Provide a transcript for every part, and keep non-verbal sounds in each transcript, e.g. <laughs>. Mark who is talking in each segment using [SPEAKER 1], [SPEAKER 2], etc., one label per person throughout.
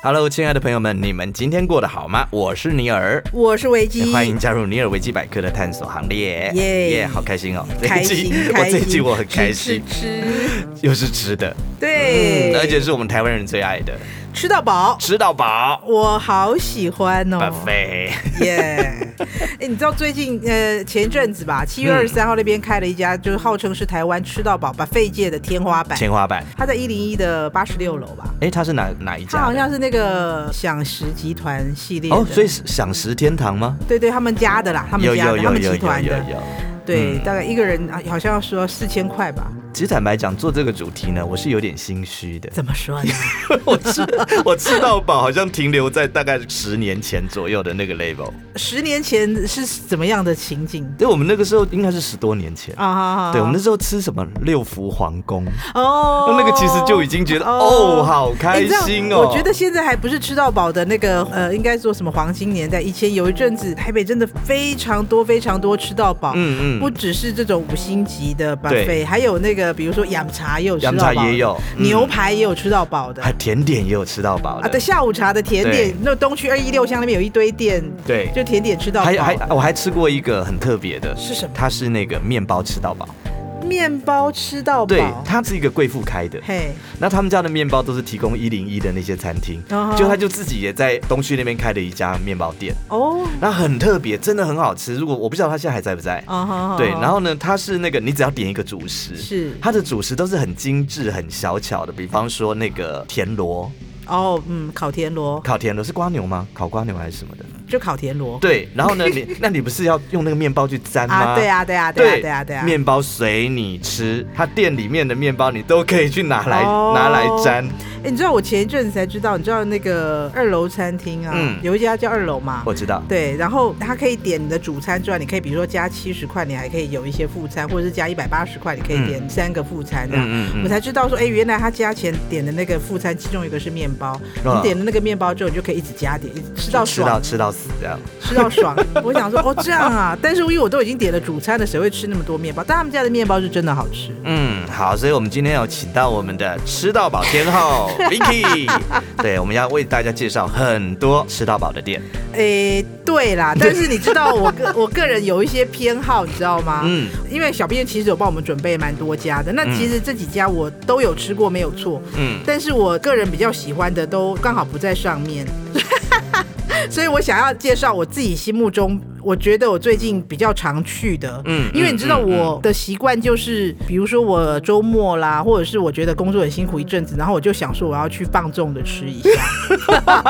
[SPEAKER 1] Hello，亲爱的朋友们，你们今天过得好吗？我是尼尔，
[SPEAKER 2] 我是维基，
[SPEAKER 1] 欢迎加入尼尔维基百科的探索行列。
[SPEAKER 2] 耶
[SPEAKER 1] 耶，好开心哦！这
[SPEAKER 2] 开
[SPEAKER 1] 一
[SPEAKER 2] 心
[SPEAKER 1] 季，我
[SPEAKER 2] 开
[SPEAKER 1] <laughs>
[SPEAKER 2] 心，
[SPEAKER 1] 这一季我很开心，
[SPEAKER 2] 吃吃吃，
[SPEAKER 1] 又是吃的，
[SPEAKER 2] 对，
[SPEAKER 1] 而且是我们台湾人最爱的，
[SPEAKER 2] 吃到饱，
[SPEAKER 1] 吃到饱
[SPEAKER 2] 我好喜欢哦。 <laughs>
[SPEAKER 1] ，buffet。
[SPEAKER 2] 耶！ <laughs> 哎，你知道最近呃前一阵子吧，七月二十三号那边开了一家，就是号称是台湾吃到饱把费界的天花板，
[SPEAKER 1] 天花板，
[SPEAKER 2] 它在一零一的八十六楼吧。
[SPEAKER 1] 哎，它是哪哪一
[SPEAKER 2] 它
[SPEAKER 1] 家
[SPEAKER 2] 好
[SPEAKER 1] 的？
[SPEAKER 2] 像是那个享食集团系列的
[SPEAKER 1] 哦，所以是享食天堂吗？
[SPEAKER 2] 对对，他们家的啦，他们
[SPEAKER 1] 有
[SPEAKER 2] 家
[SPEAKER 1] 有
[SPEAKER 2] 的，他
[SPEAKER 1] 有
[SPEAKER 2] 们
[SPEAKER 1] 有
[SPEAKER 2] 集
[SPEAKER 1] 有
[SPEAKER 2] 团
[SPEAKER 1] 有
[SPEAKER 2] 的，
[SPEAKER 1] 有。
[SPEAKER 2] 对，
[SPEAKER 1] 嗯
[SPEAKER 2] 大概一个人啊好像要说四千块吧？
[SPEAKER 1] 其实坦白讲，做这个主题呢，我是有点心虚的。
[SPEAKER 2] 怎么说呢？
[SPEAKER 1] <laughs> 我吃我吃到饱，好像停留在大概十年前左右的那个 level。
[SPEAKER 2] 十年前是怎么样的情景
[SPEAKER 1] 对，我们那个时候应该是十多年前。
[SPEAKER 2] 啊？
[SPEAKER 1] 对，我们那时候吃什么六福皇宫，
[SPEAKER 2] 哦，
[SPEAKER 1] 那个其实就已经觉得哦，好
[SPEAKER 2] 哎
[SPEAKER 1] 开
[SPEAKER 2] 你知道
[SPEAKER 1] 心哦。
[SPEAKER 2] 我觉得现在还不是吃到饱的那个呃，应该说什么黄金年代。以前有一阵子，台北真的非常多非常多吃到饱，
[SPEAKER 1] 嗯
[SPEAKER 2] 不只是这种五星级的
[SPEAKER 1] 对
[SPEAKER 2] buffet，还有那个比如说养茶也有吃到饱
[SPEAKER 1] 养茶
[SPEAKER 2] 的，啊
[SPEAKER 1] 也有嗯
[SPEAKER 2] 牛排也有吃到饱的。
[SPEAKER 1] 还甜点也有吃到饱
[SPEAKER 2] 啊，对，
[SPEAKER 1] 的，
[SPEAKER 2] 下午茶的甜点，那东区二一六巷那边有一堆店，
[SPEAKER 1] 对
[SPEAKER 2] 就甜点吃到饱
[SPEAKER 1] 还还
[SPEAKER 2] 的。
[SPEAKER 1] 我还吃过一个很特别的，
[SPEAKER 2] 是什么
[SPEAKER 1] 它是那个面包吃到饱，
[SPEAKER 2] 面包吃到饱，
[SPEAKER 1] 对，它是一个贵妇开的，
[SPEAKER 2] 嘿，
[SPEAKER 1] 那他们家的面包都是提供一零一的那些餐厅
[SPEAKER 2] 哦，
[SPEAKER 1] 就他就自己也在东区那边开了一家面包店，
[SPEAKER 2] 哦，
[SPEAKER 1] 那很特别，真的很好吃。如果我不知道他现在还在不在，
[SPEAKER 2] 啊哈，
[SPEAKER 1] 对，然
[SPEAKER 2] 后
[SPEAKER 1] 后呢，它是那个你只要点一个主食，
[SPEAKER 2] 是
[SPEAKER 1] 它的主食都是很精致、很小巧的，比方说那个田螺，
[SPEAKER 2] 哦，嗯，烤田螺
[SPEAKER 1] 烤田螺是瓜牛吗？烤瓜牛还是什么的？
[SPEAKER 2] 就烤田螺，
[SPEAKER 1] 对，然后
[SPEAKER 2] <laughs>
[SPEAKER 1] 呢，你那你不是要用那个面包去沾吗？
[SPEAKER 2] 啊，对啊，对啊，对啊，对啊，对啊，
[SPEAKER 1] 面包随你吃，它店里面的面包你都可以去拿来、
[SPEAKER 2] 哦
[SPEAKER 1] 拿来沾。
[SPEAKER 2] 哎，你知道我前一阵子才知道，你知道那个二楼餐厅啊，
[SPEAKER 1] 嗯
[SPEAKER 2] 有一家叫二楼嘛。
[SPEAKER 1] 我知道，
[SPEAKER 2] 对，然后它可以点你的主餐之外，你可以比如说加七十块，你还可以有一些副餐，或者是加一百八十块，你可以点三个副餐这
[SPEAKER 1] 嗯
[SPEAKER 2] 样。
[SPEAKER 1] 嗯嗯嗯
[SPEAKER 2] 我才知道说，哎，原来他加钱点的那个副餐，其中一个是面包。
[SPEAKER 1] 啊
[SPEAKER 2] 你点了那个面包之后，你就可以一直加点，一直吃到
[SPEAKER 1] 吃到
[SPEAKER 2] 爽，
[SPEAKER 1] 吃到死这样。
[SPEAKER 2] 吃到爽。 <laughs> 我想说，哦，这样啊。但是因为我都已经点了主餐了，谁会吃那么多面包？但他们家的面包是真的好吃。
[SPEAKER 1] 嗯，好，所以我们今天有请到我们的吃到饱天
[SPEAKER 2] <laughs>
[SPEAKER 1] 后 Vicky，对，我们要为大家介绍很多吃到饱的店。
[SPEAKER 2] 诶，对 <laughs> 啦，但是你知道我个我个人有一些偏好，你知道吗？
[SPEAKER 1] 嗯，
[SPEAKER 2] 因为小编其实有帮我们准备蛮多家的，那其实这几家我都有吃过，没有错。
[SPEAKER 1] 嗯，
[SPEAKER 2] 但是我个人比较喜欢的都刚好不在上面， <laughs> 所以我想要介绍我自己心目中，我觉得我最近比较常去的。
[SPEAKER 1] 嗯
[SPEAKER 2] 因为你知道
[SPEAKER 1] 嗯嗯
[SPEAKER 2] 我的习惯就是，比如说我周末啦，或者是我觉得工作很辛苦一阵子，然后我就想说我要去放纵的吃一下。 <laughs>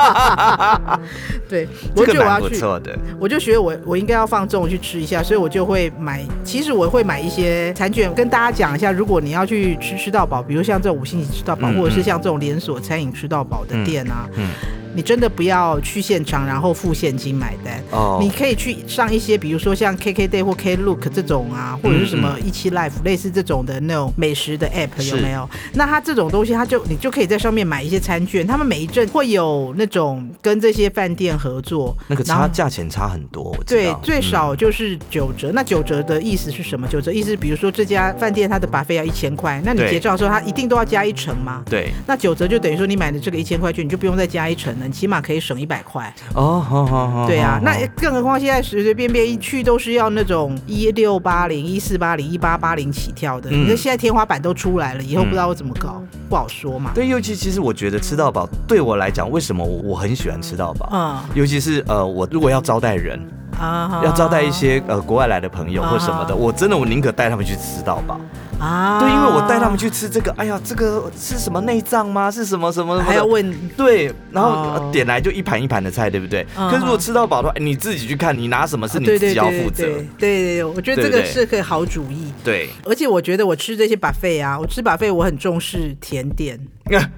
[SPEAKER 2] 对，我
[SPEAKER 1] 这个
[SPEAKER 2] 觉得我
[SPEAKER 1] 蛮
[SPEAKER 2] 要
[SPEAKER 1] 不
[SPEAKER 2] 去。
[SPEAKER 1] 错的。
[SPEAKER 2] 我就觉得我我应该要放纵去吃一下，所以我就会买。其实我会买一些餐券，跟大家讲一下，如果你要去吃吃到饱，比如像这种五星级吃到饱，
[SPEAKER 1] 嗯
[SPEAKER 2] 或者是像这种连锁餐饮吃到饱的店啊，
[SPEAKER 1] 嗯
[SPEAKER 2] 你真的不要去现场，然后付现金买单。
[SPEAKER 1] 哦
[SPEAKER 2] 你可以去上一些，比如说像 KKday 或 Klook 这种啊，或者是什么
[SPEAKER 1] 嗯
[SPEAKER 2] 一期 Life 类似这种的那种美食的 app
[SPEAKER 1] 是
[SPEAKER 2] 有没有？那它这种东西，它就你就可以在上面买一些餐券，他们每一阵会有那种跟这些饭店合作，
[SPEAKER 1] 那个
[SPEAKER 2] 然后
[SPEAKER 1] 差价钱差很多，我知
[SPEAKER 2] 对
[SPEAKER 1] 道，。嗯
[SPEAKER 2] 最少就是九折。那九折的意思是什么？九折意思，比如说这家饭店它的把费要一千块，那你
[SPEAKER 1] 对
[SPEAKER 2] 结账的时候，它一定都要加一成吗？
[SPEAKER 1] 对，
[SPEAKER 2] 那九折就等于说你买的这个一千块券，你就不用再加一成了，你起码可以省一百块。
[SPEAKER 1] 哦，好好好，
[SPEAKER 2] 对啊
[SPEAKER 1] 好，
[SPEAKER 2] 那
[SPEAKER 1] 好
[SPEAKER 2] 更何况现在随随便便一去都是要那种一六八零、一四八零、一八八零起跳的。
[SPEAKER 1] 嗯
[SPEAKER 2] 你看现在天花板都出来了，以后不知道会怎么搞，不好说嘛。
[SPEAKER 1] 对，尤其其实我觉得吃到饱对我来讲，为什么我我很喜欢吃到饱？
[SPEAKER 2] 嗯
[SPEAKER 1] 尤其是呃，我如果要招待人，
[SPEAKER 2] 啊
[SPEAKER 1] 要招待一些呃国外来的朋友或什么的，
[SPEAKER 2] 啊
[SPEAKER 1] 我真的我宁可带他们去吃到饱。
[SPEAKER 2] 啊，
[SPEAKER 1] 对，因为我带他们去吃这个，哎呀，这个是什么内脏吗？是什么什么什么的？
[SPEAKER 2] 还要问
[SPEAKER 1] 对，然后、
[SPEAKER 2] 哦
[SPEAKER 1] 呃点来就一盘一盘的菜，对不对？
[SPEAKER 2] 嗯啊
[SPEAKER 1] 可是如果吃到饱的话，哎你自己去看，你拿什么是你
[SPEAKER 2] 对
[SPEAKER 1] 自
[SPEAKER 2] 对
[SPEAKER 1] 己
[SPEAKER 2] 对
[SPEAKER 1] 要负
[SPEAKER 2] 对
[SPEAKER 1] 责。
[SPEAKER 2] 对对，我觉
[SPEAKER 1] 对
[SPEAKER 2] 得这
[SPEAKER 1] 不
[SPEAKER 2] 个
[SPEAKER 1] 对
[SPEAKER 2] 是个好主意。
[SPEAKER 1] 对，
[SPEAKER 2] 而且我觉得我吃这些 buffet 啊，我吃 buffet 我很重视甜点，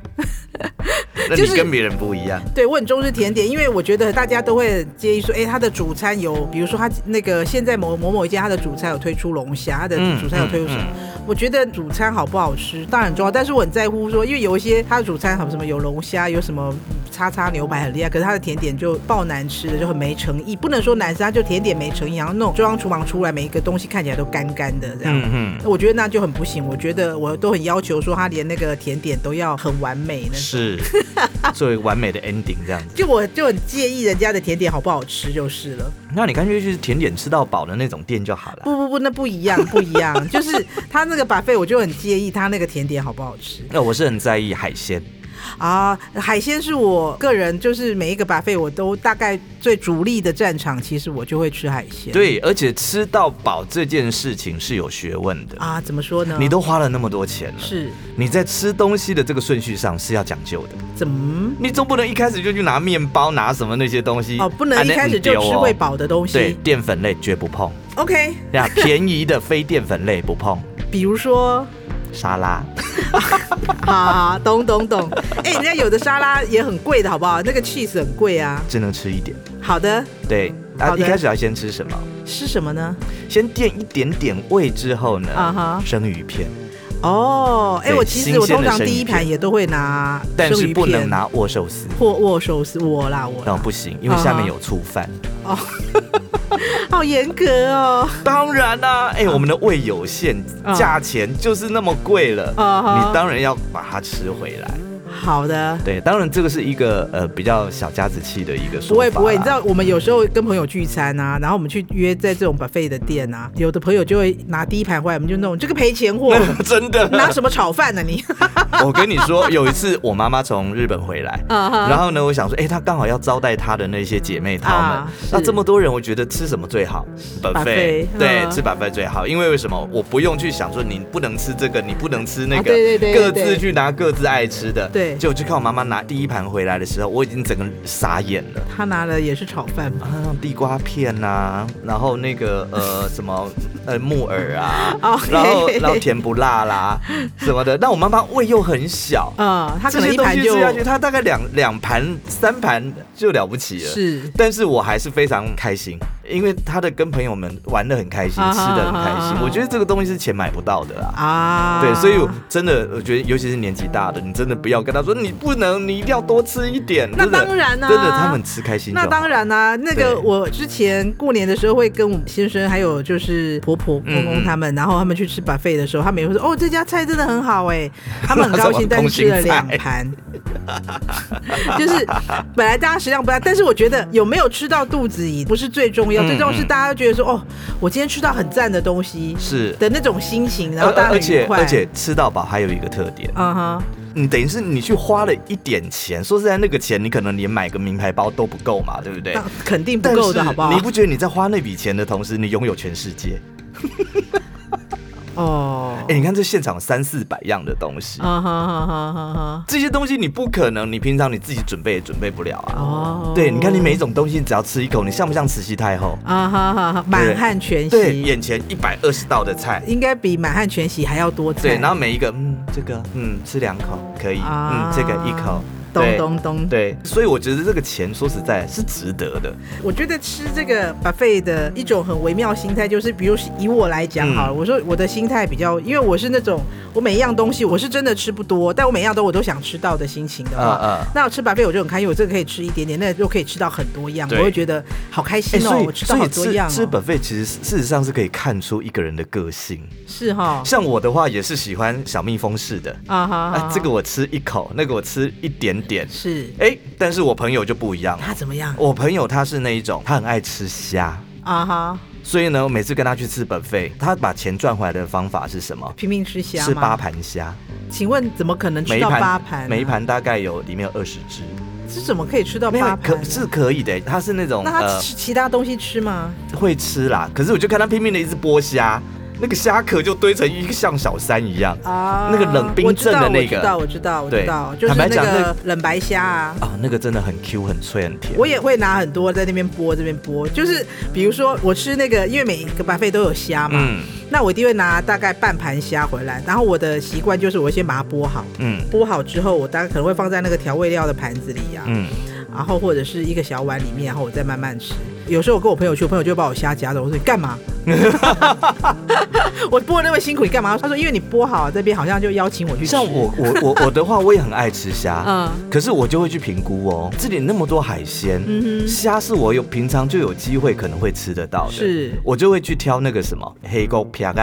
[SPEAKER 2] <laughs>
[SPEAKER 1] 那
[SPEAKER 2] 就
[SPEAKER 1] 你
[SPEAKER 2] 是
[SPEAKER 1] 跟别人不一样。
[SPEAKER 2] 对我很重视甜点，因为我觉得大家都会很介意说，哎，它的主餐有，比如说它那个现在某某某一家它的主餐有推出龙虾，它的
[SPEAKER 1] 嗯
[SPEAKER 2] 主餐有推出什么？
[SPEAKER 1] 嗯
[SPEAKER 2] 我觉得主餐好不好吃当然很重要，但是我很在乎说，因为有一些它的主餐好什么有龙虾，有什么叉叉牛排很厉害，可是它的甜点就爆难吃的，就很没诚意。不能说难吃，它就甜点没诚意，然啊后弄中央厨房出来每一个东西看起来都干干的这样。
[SPEAKER 1] 嗯嗯，
[SPEAKER 2] 我觉得那就很不行。我觉得我都很要求说，他连那个甜点都要很完美呢？
[SPEAKER 1] 是 <laughs> 作为完美的 ending 这样子。
[SPEAKER 2] 就我就很介意人家的甜点好不好吃就是了。
[SPEAKER 1] 那你干脆去甜点吃到饱的那种店就好了。
[SPEAKER 2] 不不不，那不一
[SPEAKER 1] <laughs>
[SPEAKER 2] 样，不一样。就是他那个把费，我就很介意他那个甜点好不好吃
[SPEAKER 1] 那我是很在意海鲜，
[SPEAKER 2] 啊。海鲜是我个人，就是每一个把费我都大概最主力的战场，其实我就会吃海鲜。
[SPEAKER 1] 对，而且吃到饱这件事情是有学问的。
[SPEAKER 2] 啊，怎么说呢？
[SPEAKER 1] 你都花了那么多钱了，
[SPEAKER 2] 是
[SPEAKER 1] 你在吃东西的这个顺序上是要讲究的。
[SPEAKER 2] 怎么
[SPEAKER 1] 你总不能一开始就去拿面包、拿什么那些东西
[SPEAKER 2] 哦？不能一开始就吃会。饱的东
[SPEAKER 1] 啊那很丢哦对
[SPEAKER 2] 西。，
[SPEAKER 1] 淀粉类绝不碰，
[SPEAKER 2] OK，
[SPEAKER 1] 那便宜的非淀粉类不碰，
[SPEAKER 2] 比如说
[SPEAKER 1] 沙拉。
[SPEAKER 2] 啊，懂懂懂。哎、人家有的沙拉也很贵的，好不好？那个 cheese 很贵啊。
[SPEAKER 1] 只能吃一点。
[SPEAKER 2] 好的，
[SPEAKER 1] 对，
[SPEAKER 2] 好
[SPEAKER 1] 啊，
[SPEAKER 2] 的
[SPEAKER 1] 一开始要先吃什么？
[SPEAKER 2] 是什么呢？
[SPEAKER 1] 先垫一点点味之后呢
[SPEAKER 2] 啊哈
[SPEAKER 1] 生鱼片，
[SPEAKER 2] 哦，哎、
[SPEAKER 1] 对
[SPEAKER 2] 我其
[SPEAKER 1] 新
[SPEAKER 2] 实我
[SPEAKER 1] 鲜
[SPEAKER 2] 通
[SPEAKER 1] 的
[SPEAKER 2] 常
[SPEAKER 1] 生
[SPEAKER 2] 第一
[SPEAKER 1] 鱼
[SPEAKER 2] 盘
[SPEAKER 1] 片
[SPEAKER 2] 也都会拿
[SPEAKER 1] 但
[SPEAKER 2] 生
[SPEAKER 1] 是
[SPEAKER 2] 鱼
[SPEAKER 1] 不能
[SPEAKER 2] 片
[SPEAKER 1] 拿哦握寿司，
[SPEAKER 2] 或握寿司，我啦我
[SPEAKER 1] 那
[SPEAKER 2] 啦，
[SPEAKER 1] 不行，因为下面有醋饭。
[SPEAKER 2] 好严格哦。
[SPEAKER 1] 当然啦、哎、我们的胃有限，
[SPEAKER 2] 啊
[SPEAKER 1] 价钱就是那么贵了
[SPEAKER 2] 啊哈
[SPEAKER 1] 你当然要把它吃回来。
[SPEAKER 2] 好的，
[SPEAKER 1] 对，当然这个是一个呃比较小家子气的一个说法啦。
[SPEAKER 2] 不会不会，你知道我们有时候跟朋友聚餐啊，然后我们去约在这种 buffet 的店啊，有的朋友就会拿第一盘回来，我们就弄这个赔
[SPEAKER 1] <laughs>
[SPEAKER 2] 钱货，
[SPEAKER 1] <laughs> 真的
[SPEAKER 2] 拿什么炒饭呢、你？
[SPEAKER 1] <laughs> 我跟你说，有一次我妈妈从日本回
[SPEAKER 2] <laughs>
[SPEAKER 1] 来，
[SPEAKER 2] 啊哈
[SPEAKER 1] 然后呢，我想说，哎、她刚好要招待她的那些姐妹她们，
[SPEAKER 2] 啊是
[SPEAKER 1] 那这么多人，我觉得吃什么最好
[SPEAKER 2] buffet，
[SPEAKER 1] 对，
[SPEAKER 2] 嗯
[SPEAKER 1] 吃 buffet 最好，因为为什么？我不用去想说你不能吃这个，你不能吃那个，
[SPEAKER 2] 啊对对对
[SPEAKER 1] 各
[SPEAKER 2] 对
[SPEAKER 1] 自去拿各自爱吃的。
[SPEAKER 2] 对
[SPEAKER 1] 结果就看我妈妈拿第一盘回来的时候，我已经整个傻眼了。
[SPEAKER 2] 他拿的也是炒饭嘛。
[SPEAKER 1] 啊，地瓜片啊，然后那个呃什么呃木耳
[SPEAKER 2] <laughs>
[SPEAKER 1] 啊
[SPEAKER 2] 哦 OK
[SPEAKER 1] 然后然后甜不辣啦什么的。那我妈妈胃又很小，
[SPEAKER 2] 啊、他可
[SPEAKER 1] 这
[SPEAKER 2] 能
[SPEAKER 1] 些
[SPEAKER 2] 一
[SPEAKER 1] 东
[SPEAKER 2] 盘
[SPEAKER 1] 西
[SPEAKER 2] 就
[SPEAKER 1] 吃下去，他大概两两盘、三盘就了不起了。，
[SPEAKER 2] 是
[SPEAKER 1] 但是我还是非常开心，因为他的跟朋友们玩的很开心，
[SPEAKER 2] 啊
[SPEAKER 1] 吃的很开
[SPEAKER 2] 啊啊
[SPEAKER 1] 心
[SPEAKER 2] 啊。
[SPEAKER 1] 我觉得这个东西是钱买不到的啦。
[SPEAKER 2] 啊，
[SPEAKER 1] 对，所以我真的，我觉得尤其是年纪大的，你真的不要跟他说你不能，你一定要多吃一点。
[SPEAKER 2] 那
[SPEAKER 1] 真的
[SPEAKER 2] 当然啊
[SPEAKER 1] 真的他们吃开心就
[SPEAKER 2] 那
[SPEAKER 1] 好。
[SPEAKER 2] 当然啦、那
[SPEAKER 1] 对
[SPEAKER 2] 个我之前过年的时候会跟我们先生还有就是婆婆公
[SPEAKER 1] 嗯
[SPEAKER 2] 公
[SPEAKER 1] 嗯
[SPEAKER 2] 他们，然后他们去吃 buffet 的时候，他们也会说哦这家菜真的很好哎、
[SPEAKER 1] <laughs>
[SPEAKER 2] 他们很高兴，
[SPEAKER 1] 那什
[SPEAKER 2] 但
[SPEAKER 1] 么
[SPEAKER 2] 是吃了
[SPEAKER 1] 空心菜 <laughs>
[SPEAKER 2] 两盘，就是本来大家食量不大，但是我觉得有没有吃到肚子里不是最重要，
[SPEAKER 1] 嗯
[SPEAKER 2] 最重要是
[SPEAKER 1] 嗯
[SPEAKER 2] 大家觉得说哦我今天吃到很赞的东西
[SPEAKER 1] 是，
[SPEAKER 2] 的那种心情，然
[SPEAKER 1] 而
[SPEAKER 2] 后大家
[SPEAKER 1] 而
[SPEAKER 2] 很
[SPEAKER 1] 且
[SPEAKER 2] 愉快，
[SPEAKER 1] 而且吃到饱还有一个特点，
[SPEAKER 2] 嗯哼。
[SPEAKER 1] 你等于是你去花了一点钱，说实在，那个钱你可能连买个名牌包都不够嘛，对不对？
[SPEAKER 2] 那肯定不
[SPEAKER 1] 但
[SPEAKER 2] 够的，
[SPEAKER 1] 是
[SPEAKER 2] 好不好？
[SPEAKER 1] 你不觉得你在花那笔钱的同时，你拥有全世界？
[SPEAKER 2] 哦，
[SPEAKER 1] 哎、你看这现场有三四百样的东西，
[SPEAKER 2] 啊哈哈哈哈哈，
[SPEAKER 1] 这些东西你不可能，你平常你自己准备也准备不了啊。
[SPEAKER 2] 哦，
[SPEAKER 1] 对，你看你每一种东西，你只要吃一口，你像不像慈禧太后？
[SPEAKER 2] 啊哈哈哈，满汉全
[SPEAKER 1] 对，
[SPEAKER 2] 席，
[SPEAKER 1] 眼前一百二十道的菜，
[SPEAKER 2] 应该比满汉全席还要多菜。
[SPEAKER 1] 对，然后每一个，嗯，这个，嗯，吃两口可以，
[SPEAKER 2] 啊
[SPEAKER 1] 嗯，这个一口，
[SPEAKER 2] 咚
[SPEAKER 1] 对
[SPEAKER 2] 咚咚，
[SPEAKER 1] 对，所以我觉得这个钱说实在是值得的。
[SPEAKER 2] 我觉得吃这个 buffet 的一种很微妙心态，就是比如以我来讲好了，我说我的心态比较，因为我是那种我每一样东西我是真的吃不多，但我每一样都我都想吃到的心情的话。
[SPEAKER 1] 嗯嗯
[SPEAKER 2] 那我吃 buffet 我就很开心，我这个可以吃一点点，那个又可以吃到很多样，我
[SPEAKER 1] 对
[SPEAKER 2] 会觉得好开心
[SPEAKER 1] 哎
[SPEAKER 2] 哦！
[SPEAKER 1] 所
[SPEAKER 2] 我
[SPEAKER 1] 以
[SPEAKER 2] 吃到
[SPEAKER 1] 所
[SPEAKER 2] 好
[SPEAKER 1] 以
[SPEAKER 2] 多
[SPEAKER 1] 吃
[SPEAKER 2] 样、哦，
[SPEAKER 1] 吃 buffet 其实事实上是可以看出一个人的个性。
[SPEAKER 2] 是哈
[SPEAKER 1] 像我的话也是喜欢小蜜蜂式的，
[SPEAKER 2] 啊哈
[SPEAKER 1] 啊，这个我吃一口，那个我吃一点点，
[SPEAKER 2] 是
[SPEAKER 1] 哎，但是我朋友就不一样了。
[SPEAKER 2] 他怎么样
[SPEAKER 1] 我朋友他是那一种，他很爱吃虾，
[SPEAKER 2] 啊哈？
[SPEAKER 1] 所以呢，我每次跟他去吃本费，他把钱赚回来的方法是什么？
[SPEAKER 2] 拼命吃虾
[SPEAKER 1] 吃
[SPEAKER 2] 吗
[SPEAKER 1] 八？盘虾，
[SPEAKER 2] 请问怎么可能吃
[SPEAKER 1] 每一
[SPEAKER 2] 到
[SPEAKER 1] 盘
[SPEAKER 2] 八盘啊？
[SPEAKER 1] 每一盘大概有里面有二十只，
[SPEAKER 2] 这怎么可以吃到
[SPEAKER 1] 没
[SPEAKER 2] 八
[SPEAKER 1] 有
[SPEAKER 2] 盘
[SPEAKER 1] 可
[SPEAKER 2] 啊？
[SPEAKER 1] 是可以的，欸他是那种
[SPEAKER 2] 那他吃其他东西吃吗？
[SPEAKER 1] 呃会吃啦，可是我就看他拼命的一直剥虾，那个虾壳就堆成一个像小山一样。
[SPEAKER 2] 啊
[SPEAKER 1] 那个冷冰镇的那个
[SPEAKER 2] 我知道，我知道，我知道，我知道
[SPEAKER 1] 对
[SPEAKER 2] 就是
[SPEAKER 1] 坦白
[SPEAKER 2] 那
[SPEAKER 1] 讲
[SPEAKER 2] 个冷白虾啊。
[SPEAKER 1] 啊、那个真的很 Q，很脆，很甜。
[SPEAKER 2] 我也会拿很多在那边剥，这边剥，就是比如说我吃那个，因为每个白费都有虾嘛，
[SPEAKER 1] 嗯
[SPEAKER 2] 那我一定会拿大概半盘虾回来，然后我的习惯就是我会先把它剥好，
[SPEAKER 1] 嗯
[SPEAKER 2] 剥好之后我大概可能会放在那个调味料的盘子里啊呀、
[SPEAKER 1] 嗯，
[SPEAKER 2] 然后或者是一个小碗里面，然后我再慢慢吃。有时候我跟我朋友去，我朋友就会把我虾夹走，我说你干嘛？ <laughs> 我播那么辛苦，你干嘛？他说因为你播好，这边好像就邀请我去吃。
[SPEAKER 1] 像我我我我的话，我也很爱吃虾，
[SPEAKER 2] 嗯
[SPEAKER 1] 可是我就会去评估哦，这里那么多海鲜，虾是我有平常就有机会可能会吃得到的，
[SPEAKER 2] 是
[SPEAKER 1] 我就会去挑那个什么黑沟皮啊，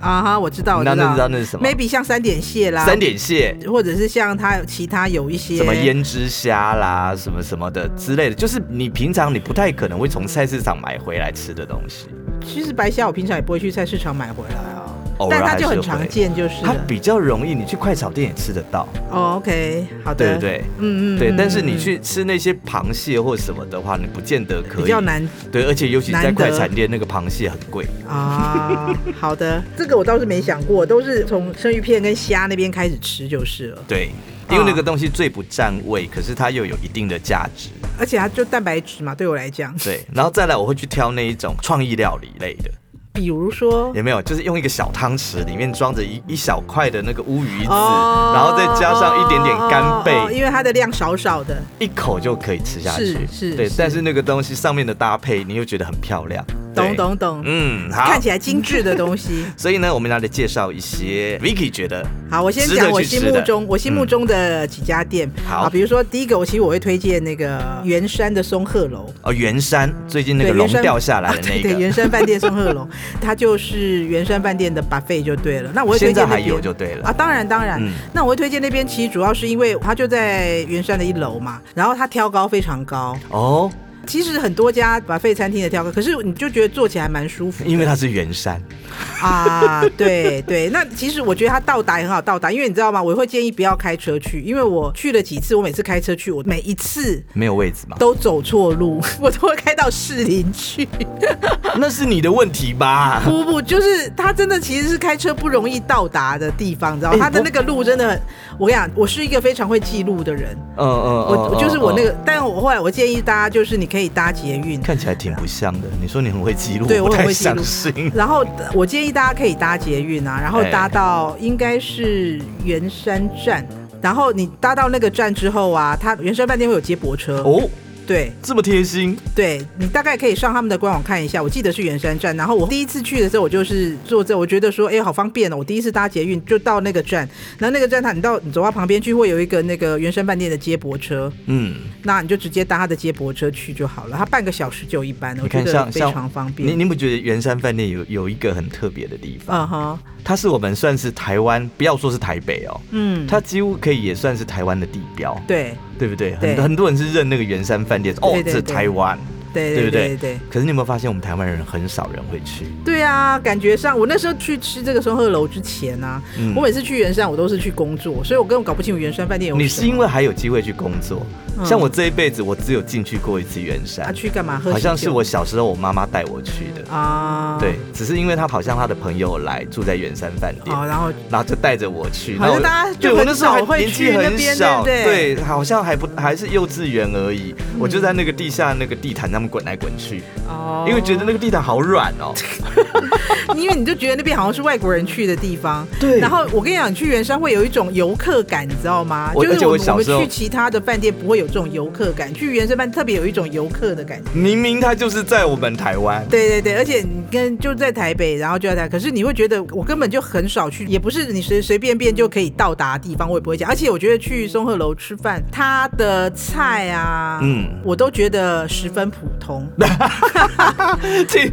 [SPEAKER 2] 啊哈，我知道，我
[SPEAKER 1] 那那知道那是什么
[SPEAKER 2] Maybe 像三点蟹啦，
[SPEAKER 1] 三点蟹。
[SPEAKER 2] 或者是像它其他有一些
[SPEAKER 1] 什么胭脂虾啦，什么什么的之类的，就是你平常你不太可能会从菜市场买回来吃的东西，
[SPEAKER 2] 其实白虾我平常也不会去菜市场买回来啊，
[SPEAKER 1] 偶
[SPEAKER 2] 但
[SPEAKER 1] 尔
[SPEAKER 2] 它
[SPEAKER 1] 还是
[SPEAKER 2] 就很
[SPEAKER 1] 会。
[SPEAKER 2] 常见，就是
[SPEAKER 1] 它
[SPEAKER 2] 了。
[SPEAKER 1] 比较容易，你去快炒店也吃得到，
[SPEAKER 2] 哦，OK，好
[SPEAKER 1] 对
[SPEAKER 2] 的，
[SPEAKER 1] 不，对？
[SPEAKER 2] 嗯嗯，
[SPEAKER 1] 对，
[SPEAKER 2] 嗯
[SPEAKER 1] 但是你
[SPEAKER 2] 嗯
[SPEAKER 1] 去吃那些螃蟹或什么的话，你不见得可以。
[SPEAKER 2] 比较。难
[SPEAKER 1] 对，而且尤其在
[SPEAKER 2] 难得
[SPEAKER 1] 快餐店，那个螃蟹很贵。
[SPEAKER 2] 啊。好的，这个我倒是没想过，都是从生鱼片跟虾那边开始吃就是了，
[SPEAKER 1] 对，因为
[SPEAKER 2] 啊
[SPEAKER 1] 那个东西最不占位，可是它又有一定的价值。
[SPEAKER 2] 而且它就蛋白质嘛，对我来讲，
[SPEAKER 1] 对，然后再来我会去挑那一种创意料理类的，
[SPEAKER 2] 比如说
[SPEAKER 1] 有没有？就是用一个小汤匙，里面装着一一小块的那个乌鱼子，
[SPEAKER 2] 哦
[SPEAKER 1] 然后再加上一点点干贝，
[SPEAKER 2] 哦哦因为它的量少少的，
[SPEAKER 1] 一口就可以吃下去。
[SPEAKER 2] 是是
[SPEAKER 1] 对，
[SPEAKER 2] 是
[SPEAKER 1] 但是那个东西上面的搭配，你又觉得很漂亮。对
[SPEAKER 2] 懂。懂懂，
[SPEAKER 1] 嗯，好。
[SPEAKER 2] 看起来精致的
[SPEAKER 1] <laughs>
[SPEAKER 2] 东西。
[SPEAKER 1] 所以呢，我们要来介绍一些 Vicky 觉得
[SPEAKER 2] 好，我先
[SPEAKER 1] 值得
[SPEAKER 2] 讲
[SPEAKER 1] 去
[SPEAKER 2] 我
[SPEAKER 1] 吃
[SPEAKER 2] 心目
[SPEAKER 1] 的
[SPEAKER 2] 中我心目
[SPEAKER 1] 嗯
[SPEAKER 2] 中的几家店。
[SPEAKER 1] 好
[SPEAKER 2] 啊比如说第一个，我其实我会推荐那个圆山的松鹤楼。
[SPEAKER 1] 哦，圆山最近那个
[SPEAKER 2] 对
[SPEAKER 1] 龙
[SPEAKER 2] 圆山啊
[SPEAKER 1] 掉下来的
[SPEAKER 2] <laughs> 对
[SPEAKER 1] 那
[SPEAKER 2] 对，
[SPEAKER 1] 个，
[SPEAKER 2] 圆山饭店松鹤楼，它就是圆山饭店的 buffet 就对了。那我会推
[SPEAKER 1] 现
[SPEAKER 2] 荐
[SPEAKER 1] 在
[SPEAKER 2] 那
[SPEAKER 1] 还有
[SPEAKER 2] 边
[SPEAKER 1] 就对
[SPEAKER 2] 啊，
[SPEAKER 1] 了。
[SPEAKER 2] 当然当然。
[SPEAKER 1] 嗯
[SPEAKER 2] 那我会推荐那边，其实主要是因为它就在圆山的一楼嘛，然后它挑高非常高。
[SPEAKER 1] 哦，
[SPEAKER 2] 其实很多家 buffet 餐厅的挑高，可是你就觉得坐起来蛮
[SPEAKER 1] <laughs>
[SPEAKER 2] 舒服的。
[SPEAKER 1] 因为它是圆山，
[SPEAKER 2] 啊，对对，那其实我觉得它到达也很好到达，因为你知道吗？我会建议不要开车去，因为我去了几次，我每次开车去，我每一次
[SPEAKER 1] 没有位置嘛，
[SPEAKER 2] 都走错
[SPEAKER 1] <laughs>
[SPEAKER 2] 路，我都会开到士林去。
[SPEAKER 1] 那是你的问题吧？
[SPEAKER 2] <laughs> 不不，就是它真的其实是开车不容易到达的地方，你知道吗
[SPEAKER 1] 哎
[SPEAKER 2] 它的
[SPEAKER 1] 我
[SPEAKER 2] 那个路真的很，我跟你讲，我是一个非常会记录的人，
[SPEAKER 1] 嗯嗯，
[SPEAKER 2] 我
[SPEAKER 1] 嗯
[SPEAKER 2] 就是我那，
[SPEAKER 1] 嗯
[SPEAKER 2] 个，但我后来我建议大家就是你可以搭捷运
[SPEAKER 1] 嗯。看起来挺不像的。你说你很会记录，
[SPEAKER 2] 对
[SPEAKER 1] 不
[SPEAKER 2] 我很
[SPEAKER 1] 太
[SPEAKER 2] 会记录
[SPEAKER 1] 相
[SPEAKER 2] <laughs>
[SPEAKER 1] 信。
[SPEAKER 2] 然后呃我建议大家可以搭捷运啊，然后
[SPEAKER 1] 哎
[SPEAKER 2] 搭到应该是圆山站，然后你搭到那个站之后啊，它圆山饭店会有接驳车，
[SPEAKER 1] 哦，
[SPEAKER 2] 对
[SPEAKER 1] 这么贴心，
[SPEAKER 2] 对，你大概可以上他们的官网看一下，我记得是圆山站。然后我第一次去的时候，我就是坐这，我觉得说，哎，好方便哦，我第一次搭捷运就到那个站，然后那个站它你到你走到旁边去会有一个那个圆山饭店的接驳车，
[SPEAKER 1] 嗯，
[SPEAKER 2] 那你就直接搭它的接驳车去就好了，它半个小时就一班，我
[SPEAKER 1] 你
[SPEAKER 2] 觉
[SPEAKER 1] 看
[SPEAKER 2] 得
[SPEAKER 1] 像
[SPEAKER 2] 非
[SPEAKER 1] 像
[SPEAKER 2] 常方
[SPEAKER 1] 你
[SPEAKER 2] 便。
[SPEAKER 1] 你不觉得圆山饭店有有一个很特别的地方？
[SPEAKER 2] 嗯哼，
[SPEAKER 1] 它是我们算是台湾，不要说是台北哦，
[SPEAKER 2] 嗯，
[SPEAKER 1] 它几乎可以也算是台湾的地标，
[SPEAKER 2] 对。
[SPEAKER 1] 对不对？很
[SPEAKER 2] 对
[SPEAKER 1] 很多人是认那个圆山饭店，哦
[SPEAKER 2] 对，对
[SPEAKER 1] 这
[SPEAKER 2] 对
[SPEAKER 1] 台湾。对
[SPEAKER 2] 对对
[SPEAKER 1] 不
[SPEAKER 2] 对
[SPEAKER 1] 对
[SPEAKER 2] 对对
[SPEAKER 1] 可是你有没有发现，我们台湾人很少人会去？
[SPEAKER 2] 对啊！感觉上，我那时候去吃这个松鹤楼之前啊，
[SPEAKER 1] 嗯
[SPEAKER 2] 我每次去圆山，我都是去工作，所以我根本搞不清楚圆山饭店有什么。
[SPEAKER 1] 你是因为还有机会去工作，
[SPEAKER 2] 嗯
[SPEAKER 1] 像我这一辈子，我只有进去过一次圆
[SPEAKER 2] 啊
[SPEAKER 1] 山，
[SPEAKER 2] 去干嘛喝喜酒？
[SPEAKER 1] 好像是我小时候我妈妈带我去的。
[SPEAKER 2] 啊，
[SPEAKER 1] 对，只是因为她好像她的朋友来住在圆山饭店，
[SPEAKER 2] 哦，然后
[SPEAKER 1] 然后就带着我去。
[SPEAKER 2] 好
[SPEAKER 1] 然
[SPEAKER 2] 像
[SPEAKER 1] 后我
[SPEAKER 2] 大家就
[SPEAKER 1] 对
[SPEAKER 2] 很
[SPEAKER 1] 我那时候
[SPEAKER 2] 少
[SPEAKER 1] 还
[SPEAKER 2] 会
[SPEAKER 1] 年纪
[SPEAKER 2] 去那
[SPEAKER 1] 很
[SPEAKER 2] 边
[SPEAKER 1] 小，
[SPEAKER 2] 对不对嗯
[SPEAKER 1] 好像还不还是幼稚园而已。我就在那个地下那个地毯上面滚来滚去，
[SPEAKER 2] 哦
[SPEAKER 1] 因为觉得那个地毯好软哦。
[SPEAKER 2] <laughs> 因为你就觉得那边好像是外国人去的地方。
[SPEAKER 1] 对
[SPEAKER 2] 然后我跟你讲，你去圆山会有一种游客感，你知道吗？
[SPEAKER 1] 我
[SPEAKER 2] 就是
[SPEAKER 1] 而且
[SPEAKER 2] 我
[SPEAKER 1] 我
[SPEAKER 2] 们
[SPEAKER 1] 小时候
[SPEAKER 2] 们去其他的饭店不会有这种游客感，去圆山饭店特别有一种游客的感觉。
[SPEAKER 1] 明明它就是在我们台湾，
[SPEAKER 2] 对对对，而且你跟就在台北，然后就在台，可是你会觉得我根本就很少去，也不是你随随便便就可以到达的地方，我也不会讲。而且我觉得去松鹤楼吃饭，它的菜啊，
[SPEAKER 1] 嗯 <laughs>
[SPEAKER 2] 我都觉得十分普通。
[SPEAKER 1] 听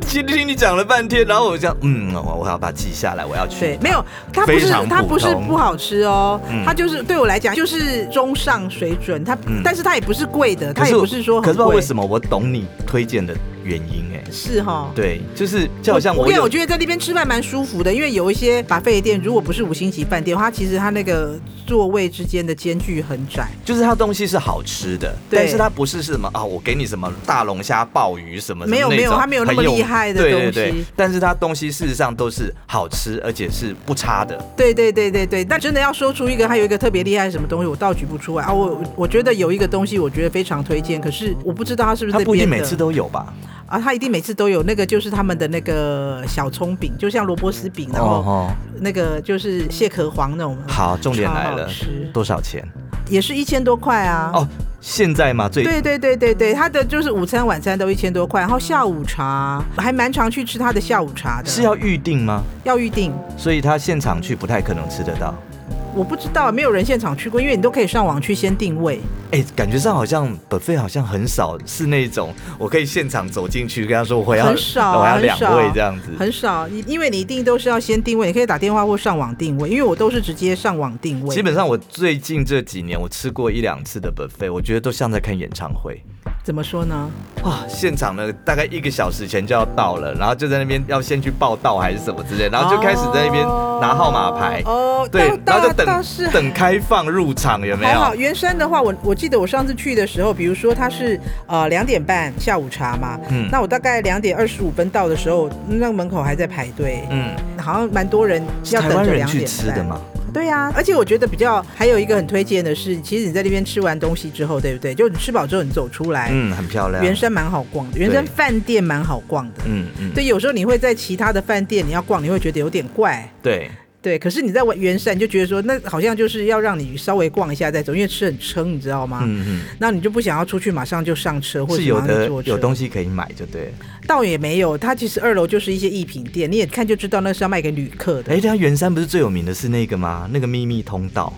[SPEAKER 1] 听听你讲了半天，然后我想，嗯，我我要把它记下来，我要去。
[SPEAKER 2] 对，没有，它不是
[SPEAKER 1] 非常普通
[SPEAKER 2] 它不是不好吃哦，
[SPEAKER 1] 嗯
[SPEAKER 2] 它就是对我来讲就是中上水准，它、
[SPEAKER 1] 嗯
[SPEAKER 2] 但是它也不是贵的，
[SPEAKER 1] 可
[SPEAKER 2] 它也
[SPEAKER 1] 我
[SPEAKER 2] 不是说
[SPEAKER 1] 可
[SPEAKER 2] 很
[SPEAKER 1] 是不知道
[SPEAKER 2] 贵，
[SPEAKER 1] 为什么我懂你推荐的原因哎、
[SPEAKER 2] 是哈、
[SPEAKER 1] 对，就是就好像
[SPEAKER 2] 我
[SPEAKER 1] 我
[SPEAKER 2] 跟你讲
[SPEAKER 1] 有
[SPEAKER 2] 我觉得在那边吃饭蛮舒服的，因为有一些把费店，如果不是五星级饭店的话，它其实它那个座位之间的间距很窄。
[SPEAKER 1] 就是它东西是好吃的，
[SPEAKER 2] 对
[SPEAKER 1] 但是它不是什么啊，我给你什么大龙虾、鲍鱼什么什么
[SPEAKER 2] 没有
[SPEAKER 1] 那种
[SPEAKER 2] 没有它没有那么
[SPEAKER 1] 很
[SPEAKER 2] 厉害的
[SPEAKER 1] 对对
[SPEAKER 2] 东西
[SPEAKER 1] 对，但是它东西事实上都是好吃，而且是不差的。
[SPEAKER 2] 对对对对对，但真的要说出一个，还有一个特别厉害的什么东西，我倒举不出来啊。我我觉得有一个东西，我觉得非常推荐，可是我不知道它是不是
[SPEAKER 1] 它
[SPEAKER 2] 这
[SPEAKER 1] 不一定
[SPEAKER 2] 边
[SPEAKER 1] 每
[SPEAKER 2] 的
[SPEAKER 1] 次都有吧？
[SPEAKER 2] 啊，他一定每次都有那个，就是他们的那个小葱饼，就像萝卜丝饼，然
[SPEAKER 1] 哦
[SPEAKER 2] 后
[SPEAKER 1] 哦，
[SPEAKER 2] 那个就是蟹壳黄那种。
[SPEAKER 1] 好，重点来
[SPEAKER 2] 超
[SPEAKER 1] 了
[SPEAKER 2] 好吃，
[SPEAKER 1] 多少钱？
[SPEAKER 2] 也是一千多块啊。
[SPEAKER 1] 哦，现在嘛，最
[SPEAKER 2] 对啊对对对对，他的就是午餐晚餐都一千多块，然后下午茶还蛮常去吃他的下午茶的。
[SPEAKER 1] 是啊要预定吗？
[SPEAKER 2] 要预定，
[SPEAKER 1] 所以他现场去不太可能吃得到。
[SPEAKER 2] 我不知道，没有人现场去过，因为你都可以上网去先定位。
[SPEAKER 1] 哎、感觉上好像本费好像很少，是那种我可以现场走进去跟他说我要
[SPEAKER 2] 很少啊
[SPEAKER 1] 哎我要
[SPEAKER 2] 很
[SPEAKER 1] 两
[SPEAKER 2] 少
[SPEAKER 1] 位这样子。
[SPEAKER 2] 很少，因因为你一定都是要先定位，你可以打电话或上网定位，因为我都是直接上网定位。
[SPEAKER 1] 基本上我最近这几年我吃过一两次的本费，我觉得都像在看演唱会。
[SPEAKER 2] 怎么说呢？
[SPEAKER 1] 哇，现场呢大概一个小时前就要到了，然后就在那边要先去报道还是什么之类，然后就开始在那边拿号码牌，
[SPEAKER 2] 哦，
[SPEAKER 1] 对，然
[SPEAKER 2] 倒
[SPEAKER 1] 后就
[SPEAKER 2] 倒
[SPEAKER 1] 等
[SPEAKER 2] 倒是
[SPEAKER 1] 等开放入场有没
[SPEAKER 2] 还好，
[SPEAKER 1] 有？
[SPEAKER 2] 圆山的话，我我记得我上次去的时候，比如说它是呃两点半下午茶嘛，
[SPEAKER 1] 嗯
[SPEAKER 2] 那我大概两点二十五分到的时候，那个门口还在排队，
[SPEAKER 1] 嗯，
[SPEAKER 2] 好像蛮多人
[SPEAKER 1] 是
[SPEAKER 2] 要
[SPEAKER 1] 台
[SPEAKER 2] 等
[SPEAKER 1] 湾
[SPEAKER 2] 着
[SPEAKER 1] 人
[SPEAKER 2] 两
[SPEAKER 1] 去
[SPEAKER 2] 点
[SPEAKER 1] 吃的
[SPEAKER 2] 半
[SPEAKER 1] 吗？
[SPEAKER 2] 对呀、而且我觉得比较还有一个很推荐的是，其实你在那边吃完东西之后，对不对？就你吃饱之后，你走出来，
[SPEAKER 1] 嗯，很漂亮。
[SPEAKER 2] 圆山蛮好逛的，圆山饭店蛮好逛的。
[SPEAKER 1] 嗯嗯，
[SPEAKER 2] 对，有时候你会在其他的饭店你要逛，你会觉得有点怪。
[SPEAKER 1] 对
[SPEAKER 2] 对，可是你在圆山你就觉得说，那好像就是要让你稍微逛一下再走，因为吃很撑，你知道吗？
[SPEAKER 1] 嗯
[SPEAKER 2] 那你就不想要出去，马上就上车
[SPEAKER 1] 嗯，
[SPEAKER 2] 或者
[SPEAKER 1] 是有
[SPEAKER 2] 马上
[SPEAKER 1] 的
[SPEAKER 2] 坐车。
[SPEAKER 1] 有东西可以买就对了。
[SPEAKER 2] 倒也没有，它其实二楼就是一些艺品店，你也看就知道那是要卖给旅客的。
[SPEAKER 1] 哎，它圆山不是最有名的是那个吗？那个秘密通道，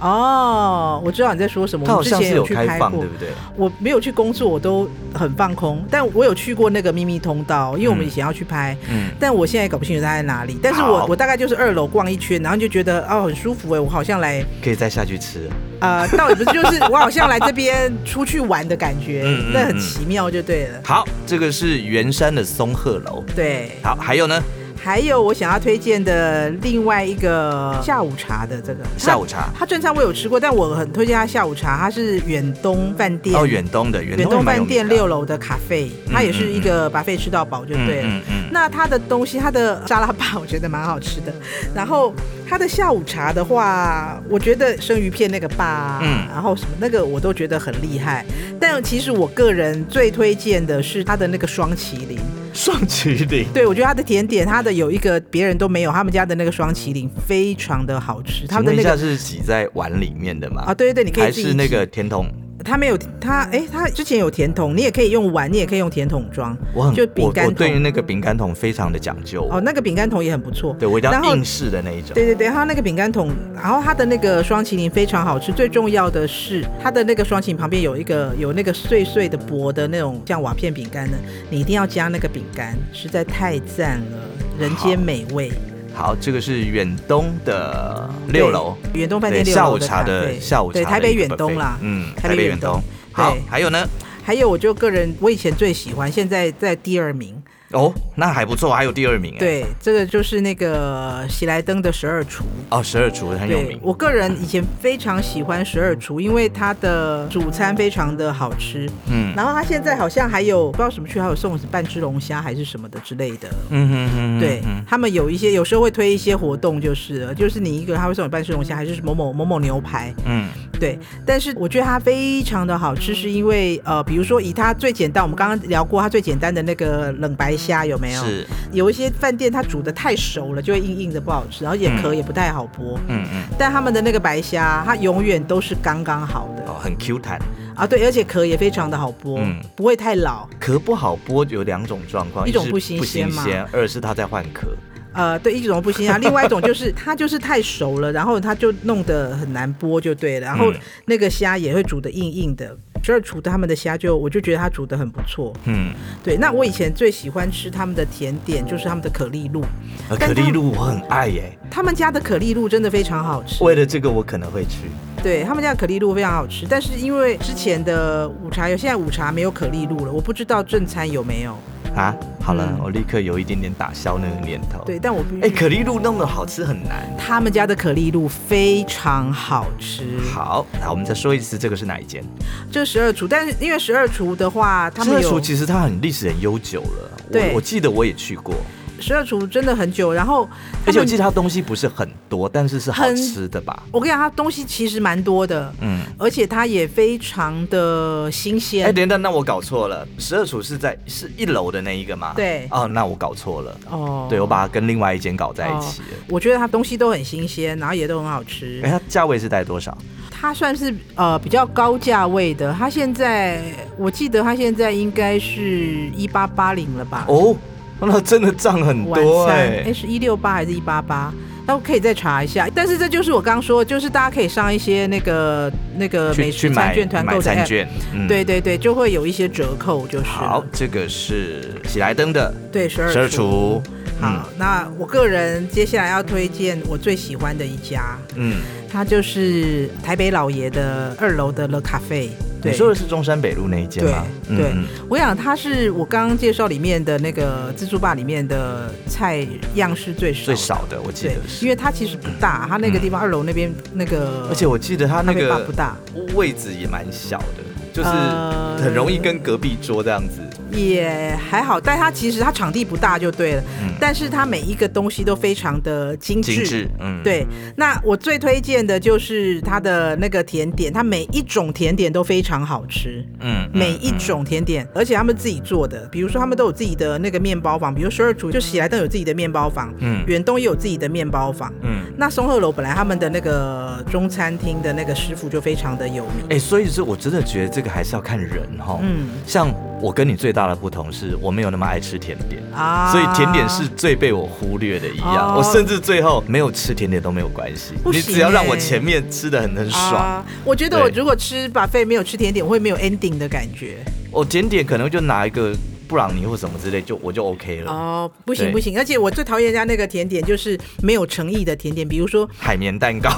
[SPEAKER 2] 哦，我知道你在说什么。
[SPEAKER 1] 它
[SPEAKER 2] 我
[SPEAKER 1] 好
[SPEAKER 2] 们之
[SPEAKER 1] 像
[SPEAKER 2] 前
[SPEAKER 1] 是有
[SPEAKER 2] 去
[SPEAKER 1] 开
[SPEAKER 2] 拍
[SPEAKER 1] 放，
[SPEAKER 2] 过，
[SPEAKER 1] 对不对？
[SPEAKER 2] 我没有去工作，我都很放空。但我有去过那个秘密通道，因为我们以前要去拍，
[SPEAKER 1] 嗯，
[SPEAKER 2] 但我现在也搞不清楚它在哪里。但是我
[SPEAKER 1] 好
[SPEAKER 2] 我大概就是二楼逛一圈，然后就觉得哦很舒服哎、我好像来
[SPEAKER 1] 可以再下去吃。
[SPEAKER 2] 呃，倒也不是，就是我好像来这边出去玩的感觉
[SPEAKER 1] 嗯嗯，
[SPEAKER 2] 那很
[SPEAKER 1] 嗯
[SPEAKER 2] 奇妙就对了。
[SPEAKER 1] 好，这个是圆山的松鹤楼。
[SPEAKER 2] 对，
[SPEAKER 1] 好，还有呢，
[SPEAKER 2] 还有我想要推荐的另外一个下午茶的这个
[SPEAKER 1] 下午茶。
[SPEAKER 2] 它，它正餐我有吃过，但我很推荐它下午茶，它是远东饭店
[SPEAKER 1] 哦，远东的，
[SPEAKER 2] 远
[SPEAKER 1] 远
[SPEAKER 2] 东
[SPEAKER 1] 也蛮有名
[SPEAKER 2] 饭
[SPEAKER 1] 啊
[SPEAKER 2] 店
[SPEAKER 1] 的
[SPEAKER 2] 六楼的咖啡，它也是一个把费吃到饱就对了。
[SPEAKER 1] 嗯嗯
[SPEAKER 2] 那它的东西，它的沙拉吧，我觉得蛮好吃的。然后它的下午茶的话，我觉得生鱼片那个吧，
[SPEAKER 1] 嗯
[SPEAKER 2] 然后什么那个我都觉得很厉害。但其实我个人最推荐的是它的那个双麒麟，
[SPEAKER 1] 嗯，双麒麟。
[SPEAKER 2] 对我觉得它的甜点，它的有一个别人都没有，他们家的那个双麒麟非常的好吃。他
[SPEAKER 1] 请
[SPEAKER 2] 们的
[SPEAKER 1] 问一
[SPEAKER 2] 那
[SPEAKER 1] 下
[SPEAKER 2] 个
[SPEAKER 1] 是挤在碗里面的吗？
[SPEAKER 2] 啊，对对对，你可以
[SPEAKER 1] 还
[SPEAKER 2] 自己
[SPEAKER 1] 是那
[SPEAKER 2] 挤
[SPEAKER 1] 个甜筒？
[SPEAKER 2] 它没有它，哎、它之前有甜筒，你也可以用碗，你也可以用甜筒装，
[SPEAKER 1] 我很
[SPEAKER 2] 就饼
[SPEAKER 1] 我
[SPEAKER 2] 干
[SPEAKER 1] 我对于
[SPEAKER 2] 筒。
[SPEAKER 1] 那个饼干筒非常的讲究。
[SPEAKER 2] 哦，那个饼干筒也很不错。
[SPEAKER 1] 对，我一定
[SPEAKER 2] 然
[SPEAKER 1] 要
[SPEAKER 2] 后
[SPEAKER 1] 硬式的那一种。
[SPEAKER 2] 对对对，它那个饼干筒，然后它的那个双麒麟非常好吃。最重要的是，它的那个双麒麟旁边有一个有那个碎碎的薄的那种像瓦片饼干的，你一定要加那个饼干，实在太赞了，人间美味。
[SPEAKER 1] 好，这个是远东的六楼，
[SPEAKER 2] 对，远东饭
[SPEAKER 1] 对，
[SPEAKER 2] 店六
[SPEAKER 1] 下
[SPEAKER 2] 楼
[SPEAKER 1] 午
[SPEAKER 2] 的
[SPEAKER 1] 茶
[SPEAKER 2] 咖
[SPEAKER 1] 的
[SPEAKER 2] 啡
[SPEAKER 1] 下午茶的
[SPEAKER 2] 对，
[SPEAKER 1] 一个
[SPEAKER 2] 台北远东
[SPEAKER 1] buffet
[SPEAKER 2] 啦。
[SPEAKER 1] 嗯，
[SPEAKER 2] 台
[SPEAKER 1] 台
[SPEAKER 2] 北
[SPEAKER 1] 北远
[SPEAKER 2] 远
[SPEAKER 1] 东
[SPEAKER 2] 东。
[SPEAKER 1] 好
[SPEAKER 2] 对，
[SPEAKER 1] 还有呢？
[SPEAKER 2] 还有，我就个人我以前最喜欢，现在在第二名。
[SPEAKER 1] 哦，那还不错，还有第二名哎。，
[SPEAKER 2] 对，这个就是那个喜来登的十二厨。
[SPEAKER 1] 哦，十二厨很有
[SPEAKER 2] 对
[SPEAKER 1] 名。
[SPEAKER 2] 我个人以前非常喜欢十二厨，因为它的主餐非常的好吃。
[SPEAKER 1] 嗯
[SPEAKER 2] 然后它现在好像还有不知道什么区，还有送半只龙虾还是什么的之类的。
[SPEAKER 1] 嗯哼哼，
[SPEAKER 2] 对
[SPEAKER 1] 嗯
[SPEAKER 2] 他们有一些有时候会推一些活动，就是了就是你一个人他会送你半只龙虾，还是某某某某牛排，
[SPEAKER 1] 嗯，
[SPEAKER 2] 对。但是我觉得它非常的好吃，是因为呃，比如说以它最简单，我们刚刚聊过它最简单的那个冷白虾有没有？
[SPEAKER 1] 是，
[SPEAKER 2] 有一些饭店它煮的太熟了，就会硬硬的不好吃，然后也壳也不太好剥。
[SPEAKER 1] 嗯嗯，
[SPEAKER 2] 但他们的那个白虾，它永远都是刚刚好的
[SPEAKER 1] 哦，很 Q 弹。
[SPEAKER 2] 啊，对，而且壳也非常的好剥，
[SPEAKER 1] 嗯
[SPEAKER 2] 不会太老。
[SPEAKER 1] 壳不好剥有两种状况，
[SPEAKER 2] 一种
[SPEAKER 1] 是
[SPEAKER 2] 不新
[SPEAKER 1] 不
[SPEAKER 2] 鲜
[SPEAKER 1] 新
[SPEAKER 2] 嘛
[SPEAKER 1] 鲜，二是它在换壳。
[SPEAKER 2] 呃，对，一种
[SPEAKER 1] <laughs>
[SPEAKER 2] 不行啊，另外一种就是它就是太熟了，然后它就弄得很难剥就对了，然后
[SPEAKER 1] 嗯
[SPEAKER 2] 那个虾也会煮的硬硬的。十二厨的他们的虾就，我就觉得它煮的很不错。
[SPEAKER 1] 嗯，
[SPEAKER 2] 对，那我以前最喜欢吃他们的甜点，就是他们的可丽露。
[SPEAKER 1] 呃
[SPEAKER 2] 但
[SPEAKER 1] 可丽
[SPEAKER 2] 它
[SPEAKER 1] 露我很爱耶，
[SPEAKER 2] 他们家的可丽露真的非常好吃。
[SPEAKER 1] 为了这个我可能会去。
[SPEAKER 2] 对他们家的可丽露非常好吃，但是因为之前的午茶有，现在午茶没有可丽露了，我不知道正餐有没有。
[SPEAKER 1] 啊，好了，
[SPEAKER 2] 嗯
[SPEAKER 1] 我立刻有一点点打消那个念头。，
[SPEAKER 2] 对，但我必须、
[SPEAKER 1] 哎、可丽露弄得好吃很难。
[SPEAKER 2] 他们家的可丽露非常好吃，
[SPEAKER 1] 好，那我们再说一次，这个是哪一间？
[SPEAKER 2] 这十二厨，但是因为十二厨的话，他
[SPEAKER 1] 这
[SPEAKER 2] 们
[SPEAKER 1] 个
[SPEAKER 2] 有
[SPEAKER 1] 厨其实它很历史很悠久了，
[SPEAKER 2] 对
[SPEAKER 1] 我我记得我也去过。
[SPEAKER 2] 十二厨真的很久，然后
[SPEAKER 1] 而且我
[SPEAKER 2] 他们
[SPEAKER 1] 记得它东西不是很多，但是是好
[SPEAKER 2] 很
[SPEAKER 1] 吃的吧？
[SPEAKER 2] 我跟你讲，它东西其实蛮多的，
[SPEAKER 1] 嗯，
[SPEAKER 2] 而且它也非常的新鲜。
[SPEAKER 1] 哎，等等，那我搞错了，十二厨是在是一楼的那一个吗？
[SPEAKER 2] 对
[SPEAKER 1] 哦，那我搞错了，
[SPEAKER 2] 哦
[SPEAKER 1] 对我把它跟另外一间搞在一起了。
[SPEAKER 2] 我觉得它东西都很新鲜，然后也都很好吃
[SPEAKER 1] 哎，。它价位是在多少？
[SPEAKER 2] 它算是呃比较高价位的，它现在我记得它现在应该是一八八零了吧？
[SPEAKER 1] 哦，那真的涨很
[SPEAKER 2] 晚
[SPEAKER 1] 多
[SPEAKER 2] 餐
[SPEAKER 1] 哎、
[SPEAKER 2] 哎是一六八还是一八八？那我可以再查一下。但是这就是我刚刚说，就是大家可以上一些那个那个哎美
[SPEAKER 1] 去去
[SPEAKER 2] 食
[SPEAKER 1] 买
[SPEAKER 2] 餐券团购
[SPEAKER 1] 买
[SPEAKER 2] 的
[SPEAKER 1] 餐
[SPEAKER 2] app，、
[SPEAKER 1] 券，嗯，
[SPEAKER 2] 对。对对，就会有一些折扣，就是了
[SPEAKER 1] 好，这个是喜来登的
[SPEAKER 2] 对十二
[SPEAKER 1] 十二厨，嗯
[SPEAKER 2] 好，那我个人接下来要推荐我最喜欢的一家，
[SPEAKER 1] 嗯，
[SPEAKER 2] 它就是台北老爷的二楼的 Le Cafe。
[SPEAKER 1] 你
[SPEAKER 2] 对，
[SPEAKER 1] 说的是中山北路那一间
[SPEAKER 2] 对
[SPEAKER 1] 吗？嗯
[SPEAKER 2] 对
[SPEAKER 1] 嗯，
[SPEAKER 2] 我想它是我刚刚介绍里面的那个自助吧里面的菜样式最少的
[SPEAKER 1] 最少的我记
[SPEAKER 2] 对
[SPEAKER 1] 得，
[SPEAKER 2] 因
[SPEAKER 1] 是，
[SPEAKER 2] 为它其实不大，它那个地方二楼那边那个，
[SPEAKER 1] 而且我记得他那
[SPEAKER 2] 咖啡吧不
[SPEAKER 1] 个
[SPEAKER 2] 大，
[SPEAKER 1] 位置也蛮小的，就是
[SPEAKER 2] 呃
[SPEAKER 1] 很容易跟隔壁桌这样子。
[SPEAKER 2] 也还好，但它其实它场地不大就对了，
[SPEAKER 1] 嗯
[SPEAKER 2] 但是它每一个东西都非常的精致。
[SPEAKER 1] 精致，嗯，，
[SPEAKER 2] 对，那我最推荐的就是它的那个甜点，它每一种甜点都非常好吃。
[SPEAKER 1] 嗯，嗯嗯
[SPEAKER 2] 每一，种甜点，而且他们自己做的，比如说他们都有自己的那个面包房，比如十二厨就喜来登有自己的面包房，
[SPEAKER 1] 嗯
[SPEAKER 2] 远东也有自己的面包房。
[SPEAKER 1] 嗯，
[SPEAKER 2] 那松鹤楼本来他们的那个中餐厅的那个师傅就非常的有名，
[SPEAKER 1] 哎，所以是我真的觉得这个还是要看人哈。
[SPEAKER 2] 嗯
[SPEAKER 1] 像我跟你最大的不同是我没有那么爱吃甜点。
[SPEAKER 2] 啊
[SPEAKER 1] 所以甜点是最被我忽略的一样，
[SPEAKER 2] 哦
[SPEAKER 1] 我甚至最后没有吃甜点都没有关系，
[SPEAKER 2] 不
[SPEAKER 1] 你
[SPEAKER 2] 行
[SPEAKER 1] 只要让我
[SPEAKER 2] 欸
[SPEAKER 1] 前面吃的很很爽，
[SPEAKER 2] 啊我觉得我
[SPEAKER 1] 对
[SPEAKER 2] 如果吃 buffet 没有吃甜点，我会没有 ending 的感觉。
[SPEAKER 1] 我甜点可能就拿一个布朗尼或什么之类，就我就 OK 了。
[SPEAKER 2] 哦，不行
[SPEAKER 1] 对
[SPEAKER 2] 不行，而且我最讨厌人家那个甜点就是没有诚意的甜点，比如说
[SPEAKER 1] 海绵蛋糕，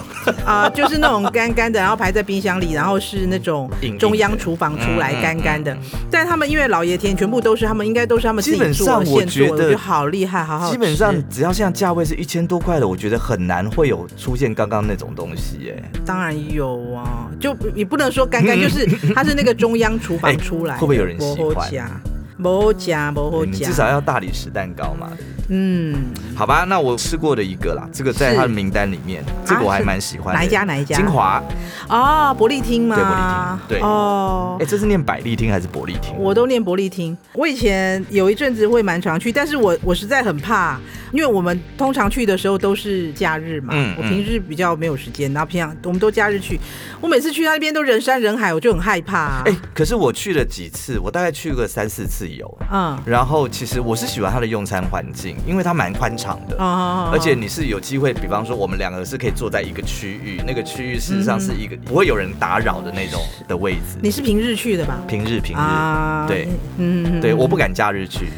[SPEAKER 2] 啊、就是那种干干的，然后排在冰箱里，然后是那种
[SPEAKER 1] 嗯硬硬的
[SPEAKER 2] 中央厨房出来
[SPEAKER 1] 嗯
[SPEAKER 2] 干干的。但他们因为老爷甜全部都是他们，应该都是他们自己做的
[SPEAKER 1] 基本上我
[SPEAKER 2] 现做的，
[SPEAKER 1] 觉得
[SPEAKER 2] 我觉得好厉害，好好吃
[SPEAKER 1] 基本上只要像价位是一千多块的，我觉得很难会有出现刚刚那种东西。哎，
[SPEAKER 2] 当然有啊，就你不能说干
[SPEAKER 1] <laughs>
[SPEAKER 2] 干，就是它是那个中央厨
[SPEAKER 1] 哎
[SPEAKER 2] 房出来的、
[SPEAKER 1] 会不会有人喜欢
[SPEAKER 2] 摩加？摩加摩
[SPEAKER 1] 你
[SPEAKER 2] 加，
[SPEAKER 1] 至少要大理石蛋糕嘛。
[SPEAKER 2] 嗯，
[SPEAKER 1] 好吧，那我吃过的一个啦，这个在
[SPEAKER 2] 是
[SPEAKER 1] 他的名单里面，这个我还蛮喜欢的。
[SPEAKER 2] 哪一家？哪一家？
[SPEAKER 1] 金华，
[SPEAKER 2] 哦，伯利厅
[SPEAKER 1] 对
[SPEAKER 2] 吗？
[SPEAKER 1] 伯利厅对
[SPEAKER 2] 哦
[SPEAKER 1] 哎，。这是念百利厅还是伯利厅？啊
[SPEAKER 2] 我都念伯利厅。我以前有一阵子会蛮常去，但是我我实在很怕，因为我们通常去的时候都是假日嘛，
[SPEAKER 1] 嗯
[SPEAKER 2] 我平日比较没有时间，然后平常我们都假日去，我每次去那边都人山人海，我就很害怕、啊。
[SPEAKER 1] 哎，可是我去了几次，我大概去个三四次有。
[SPEAKER 2] 嗯，
[SPEAKER 1] 然后其实我是喜欢它的用餐环境，因为它蛮宽敞的。
[SPEAKER 2] 哦
[SPEAKER 1] 而且你是有机会，比方说我们两个是可以坐在一个区域，那个区域事实
[SPEAKER 2] 嗯
[SPEAKER 1] 上是一个不会有人打扰的那种的位置。
[SPEAKER 2] 你是平日去的吧？
[SPEAKER 1] 平日平日，
[SPEAKER 2] 啊
[SPEAKER 1] 对，
[SPEAKER 2] 嗯，
[SPEAKER 1] 对，我不敢假日去，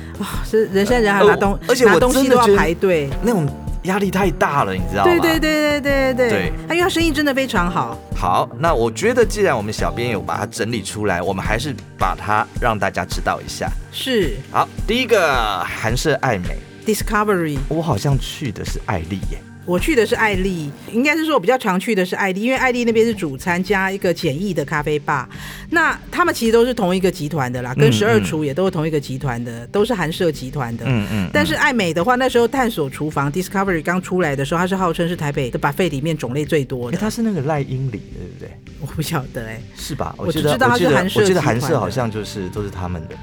[SPEAKER 2] 是人山人海
[SPEAKER 1] 呃
[SPEAKER 2] 拿东，
[SPEAKER 1] 而且
[SPEAKER 2] 拿
[SPEAKER 1] 我
[SPEAKER 2] 东
[SPEAKER 1] 真
[SPEAKER 2] 西
[SPEAKER 1] 的
[SPEAKER 2] 都要
[SPEAKER 1] 觉得
[SPEAKER 2] 排队。
[SPEAKER 1] 那种压力太大了，你知道吗？
[SPEAKER 2] 对对对对对对
[SPEAKER 1] 对
[SPEAKER 2] 啊因为他生意真的非常好，
[SPEAKER 1] 好，那我觉得既然我们小编有把它整理出来，我们还是把它让大家知道一下。
[SPEAKER 2] 是
[SPEAKER 1] 好，第一个韩式爱美，
[SPEAKER 2] Discovery。
[SPEAKER 1] 我好像去的是爱丽耶。
[SPEAKER 2] 我去的是艾丽，应该是说我比较常去的是艾丽，因为艾丽那边是主餐加一个简易的咖啡吧。那他们其实都是同一个集团的啦，
[SPEAKER 1] 嗯
[SPEAKER 2] 跟十二厨也都是同一个集团的，都是韩舍集团的。
[SPEAKER 1] 嗯嗯，
[SPEAKER 2] 但是爱美的话，那时候探索厨房 Discovery 刚出来的时候，它是号称是台北的 buffet 里面种类最多
[SPEAKER 1] 哎，
[SPEAKER 2] 的。
[SPEAKER 1] 它是那个赖英里的，对不对？
[SPEAKER 2] 我不晓得哎、
[SPEAKER 1] 是吧？
[SPEAKER 2] 我
[SPEAKER 1] 记
[SPEAKER 2] 只
[SPEAKER 1] 得，
[SPEAKER 2] 知道它
[SPEAKER 1] 我
[SPEAKER 2] 是
[SPEAKER 1] 记得
[SPEAKER 2] 韩，社
[SPEAKER 1] 我记得
[SPEAKER 2] 集
[SPEAKER 1] 韩
[SPEAKER 2] 团
[SPEAKER 1] 式
[SPEAKER 2] 的
[SPEAKER 1] 好像就是都是他们的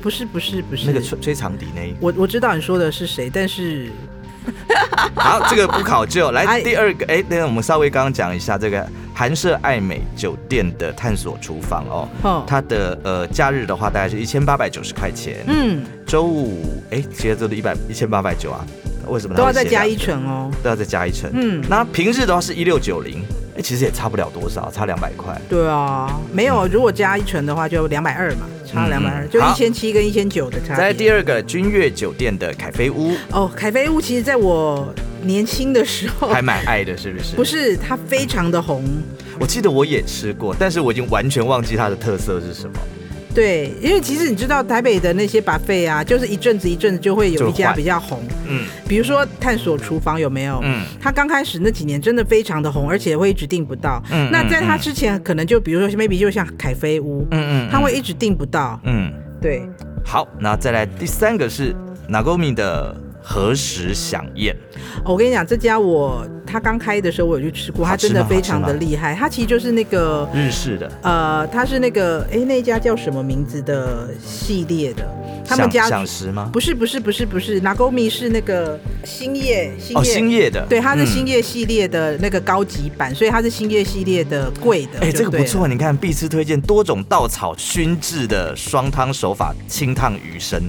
[SPEAKER 2] 不是不是不是
[SPEAKER 1] 那个崔崔长迪那一个。
[SPEAKER 2] 我我知道你说的是谁，但是
[SPEAKER 1] 好，这个不考究。来
[SPEAKER 2] 哎
[SPEAKER 1] 第二个，哎，等一下我们稍微刚刚讲一下这个韩舍爱美酒店的探索厨房哦，
[SPEAKER 2] 哦，
[SPEAKER 1] 它的呃假日的话大概是一千八百九十块钱，
[SPEAKER 2] 嗯，
[SPEAKER 1] 周五哎接着的一百一千八百九啊，为什么它
[SPEAKER 2] 都要
[SPEAKER 1] 会
[SPEAKER 2] 再
[SPEAKER 1] 写
[SPEAKER 2] 加
[SPEAKER 1] 两
[SPEAKER 2] 一
[SPEAKER 1] 个，
[SPEAKER 2] 层哦。
[SPEAKER 1] 都要再加一层。
[SPEAKER 2] 嗯
[SPEAKER 1] 那平日的话是一六九零，哎，其实也差不了多少，差两百块。
[SPEAKER 2] 对啊，没有，如果加一成的话就两百二嘛，差两百
[SPEAKER 1] 嗯
[SPEAKER 2] 二，
[SPEAKER 1] 嗯
[SPEAKER 2] 就
[SPEAKER 1] 好
[SPEAKER 2] 一千七跟一千九的差别。
[SPEAKER 1] 再来第二个君悦酒店的凯菲
[SPEAKER 2] <laughs>
[SPEAKER 1] 屋，
[SPEAKER 2] 哦，凯菲屋其实在我年轻的时候，
[SPEAKER 1] 还蛮爱的，是不是？
[SPEAKER 2] 不是它非常的红，
[SPEAKER 1] 我记得我也吃过，但是我已经完全忘记它的特色是什么。
[SPEAKER 2] 对，因为其实你知道台北的那些 buffet 啊，就是一阵子一阵子就会有一
[SPEAKER 1] 就
[SPEAKER 2] 家
[SPEAKER 1] 换
[SPEAKER 2] 比较红，
[SPEAKER 1] 嗯
[SPEAKER 2] 比如说探索厨房有没有？
[SPEAKER 1] 嗯
[SPEAKER 2] 它刚开始那几年真的非常的红，而且会一直订不到。
[SPEAKER 1] 嗯
[SPEAKER 2] 那在
[SPEAKER 1] 嗯
[SPEAKER 2] 它
[SPEAKER 1] 嗯
[SPEAKER 2] 之前，可能就比如说 maybe 就像凯菲屋，
[SPEAKER 1] 嗯
[SPEAKER 2] 它会一直订不到。
[SPEAKER 1] 嗯
[SPEAKER 2] 对，
[SPEAKER 1] 好，那再来第三个是 Nagomi 的何时响宴？
[SPEAKER 2] 哦我跟你讲，这家我他刚开的时候我有去吃过，
[SPEAKER 1] 好
[SPEAKER 2] 它
[SPEAKER 1] 吃
[SPEAKER 2] 真
[SPEAKER 1] 吗
[SPEAKER 2] 的非常
[SPEAKER 1] 好
[SPEAKER 2] 的
[SPEAKER 1] 吃吗
[SPEAKER 2] 厉害。它其实就是那个
[SPEAKER 1] 日式的
[SPEAKER 2] 呃，它是那个哎那一家叫什么名字的系列的，他们
[SPEAKER 1] 享
[SPEAKER 2] 家
[SPEAKER 1] 享食吗？
[SPEAKER 2] 不是不是不是不是，Nagomi 是那个兴业兴业。
[SPEAKER 1] 哦，兴业的，
[SPEAKER 2] 对，它是
[SPEAKER 1] 嗯
[SPEAKER 2] 兴业系列的那个高级版，所以它是兴业系列的贵的。
[SPEAKER 1] 哎、这个
[SPEAKER 2] 就对
[SPEAKER 1] 不
[SPEAKER 2] 了
[SPEAKER 1] 错，你看，必吃推荐多种稻草熏制的双汤手法清烫鱼身，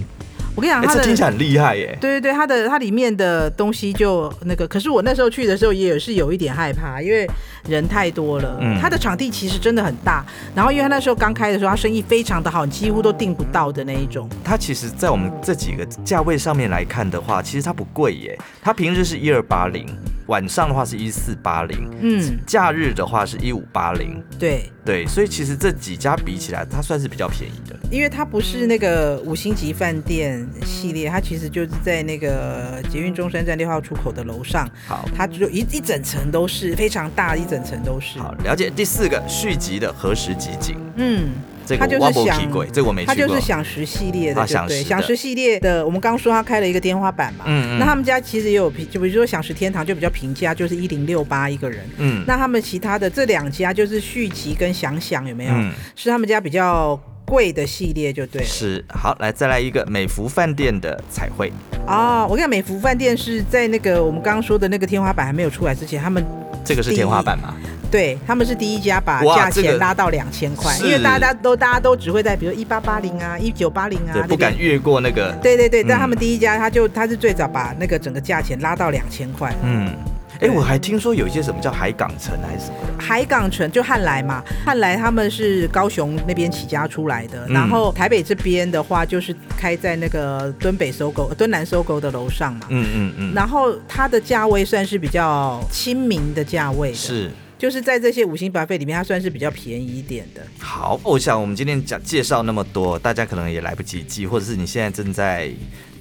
[SPEAKER 2] 我跟你讲，
[SPEAKER 1] 哎、
[SPEAKER 2] 啊它
[SPEAKER 1] 这
[SPEAKER 2] 的
[SPEAKER 1] 听起来很厉害耶。
[SPEAKER 2] 对对对，它的它里面的东西就那个，可是我那时候去的时候也是有一点害怕，因为人太多了。
[SPEAKER 1] 嗯
[SPEAKER 2] 它的场地其实真的很大，然后因为它那时候刚开的时候，它生意非常的好，几乎都订不到的那一种。
[SPEAKER 1] 它其实，在我们这几个价位上面来看的话，其实它不贵耶。它平日是一二八零，晚上的话是一四八零，
[SPEAKER 2] 嗯，
[SPEAKER 1] 假日的话是一五八零。
[SPEAKER 2] 对，
[SPEAKER 1] 对，所以其实这几家比起来，它算是比较便宜的。
[SPEAKER 2] 因为它不是那个五星级饭店系列，它其实就是在那个捷运中山站六号出口的楼上，
[SPEAKER 1] 好，
[SPEAKER 2] 它就一一整层都是非常大，一整层都是。
[SPEAKER 1] 好，了解。第四个续集的何时集锦，
[SPEAKER 2] 嗯，
[SPEAKER 1] 这
[SPEAKER 2] 它
[SPEAKER 1] 个
[SPEAKER 2] 就是
[SPEAKER 1] 我没
[SPEAKER 2] 想
[SPEAKER 1] 去过，这个我没
[SPEAKER 2] 它
[SPEAKER 1] 去
[SPEAKER 2] 就
[SPEAKER 1] 过
[SPEAKER 2] 是。享食系列的，
[SPEAKER 1] 啊
[SPEAKER 2] 对不
[SPEAKER 1] 享
[SPEAKER 2] 对？
[SPEAKER 1] 食的
[SPEAKER 2] 享食系列的，我们刚刚说它开了一个天花板嘛，
[SPEAKER 1] 嗯嗯
[SPEAKER 2] 那他们家其实也有平，就比如说享食天堂就比较平价，就是一零六八一个人。
[SPEAKER 1] 嗯
[SPEAKER 2] 那他们其他的这两家就是续集跟想想有没有？
[SPEAKER 1] 嗯，
[SPEAKER 2] 是他们家比较贵的系列就对了。
[SPEAKER 1] 是。好，来再来一个美福饭店的彩绘。
[SPEAKER 2] 哦，我跟你讲，美福饭店是在那个我们刚刚说的那个天花板还没有出来之前，他们
[SPEAKER 1] 这个是天花板吗？
[SPEAKER 2] 对他们是第一家把
[SPEAKER 1] 哇
[SPEAKER 2] 价
[SPEAKER 1] 这
[SPEAKER 2] 钱
[SPEAKER 1] 个
[SPEAKER 2] 拉到两千块，
[SPEAKER 1] 是
[SPEAKER 2] 因为大家都大家都只会在比如一八八零啊、一九八零啊，
[SPEAKER 1] 对，
[SPEAKER 2] 那
[SPEAKER 1] 不敢
[SPEAKER 2] 边
[SPEAKER 1] 越过那个。
[SPEAKER 2] 对对对，
[SPEAKER 1] 嗯
[SPEAKER 2] 但他们第一家他就他是最早把那个整个价钱拉到两千块，
[SPEAKER 1] 嗯，哎、
[SPEAKER 2] 对
[SPEAKER 1] 我还听说有一些什么叫海港城还是什么？
[SPEAKER 2] 海港城就汉来嘛，汉来他们是高雄那边起家出来的，
[SPEAKER 1] 嗯
[SPEAKER 2] 然后台北这边的话就是开在那个敦北收购、呃敦南收购的楼上嘛。
[SPEAKER 1] 嗯嗯嗯，
[SPEAKER 2] 然后它的价位算是比较亲民的价位的，
[SPEAKER 1] 是。
[SPEAKER 2] 就是在这些五星白费里面，它算是比较便宜一点的。
[SPEAKER 1] 好，我想我们今天讲介绍那么多，大家可能也来不及记，或者是你现在正在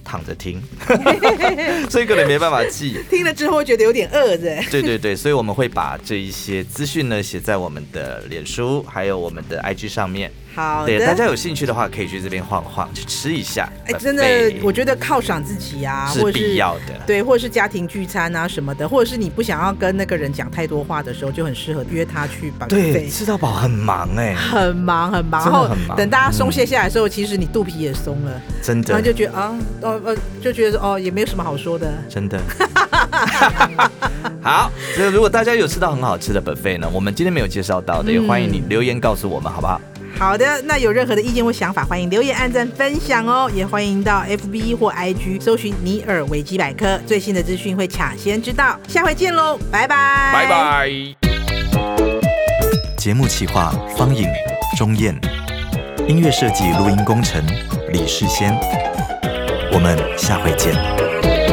[SPEAKER 1] 躺着
[SPEAKER 2] <laughs>
[SPEAKER 1] 听， <laughs> 所以可能没办法记。
[SPEAKER 2] 听了之后觉得有点饿着。 <laughs>
[SPEAKER 1] 对对对，所以我们会把这一些资讯呢写在我们的脸书还有我们的 IG 上面。
[SPEAKER 2] 好
[SPEAKER 1] 对，大家
[SPEAKER 2] 的。
[SPEAKER 1] 有兴趣的话，可以去这边晃晃，去吃一下。
[SPEAKER 2] 哎，真的，我觉得犒赏自己啊，
[SPEAKER 1] 是
[SPEAKER 2] 或者
[SPEAKER 1] 必
[SPEAKER 2] 是
[SPEAKER 1] 要的。
[SPEAKER 2] 对，或者是家庭聚餐啊什么的，或者是你不想要跟那个人讲太多话的时候，就很适合约他去把
[SPEAKER 1] 对，吃到饱很忙哎、
[SPEAKER 2] 很忙很忙，
[SPEAKER 1] 真
[SPEAKER 2] 然
[SPEAKER 1] 的
[SPEAKER 2] 后
[SPEAKER 1] 很忙
[SPEAKER 2] 等大家松懈下来的时候，其实你肚皮也松了，
[SPEAKER 1] 真的。
[SPEAKER 2] 然后就觉得啊，哦呃，就觉得哦，也没有什么好说的。
[SPEAKER 1] 真
[SPEAKER 2] <laughs>
[SPEAKER 1] 的。好，所以如果大家有吃到很好吃的 buffet 呢，我们今天没有介绍到的，
[SPEAKER 2] 嗯
[SPEAKER 1] 也欢迎你留言告诉我们，好不好？
[SPEAKER 2] 好的，那有任何的意见或想法，欢迎留言、按赞、分享哦，也欢迎到 FB 或 IG 搜寻“尼尔维基百科”，最新的资讯会抢先知道。下回见喽，拜拜，。
[SPEAKER 1] 拜。节目企划：方颖、钟燕，音乐设计、录音工程：李世先。我们下回见。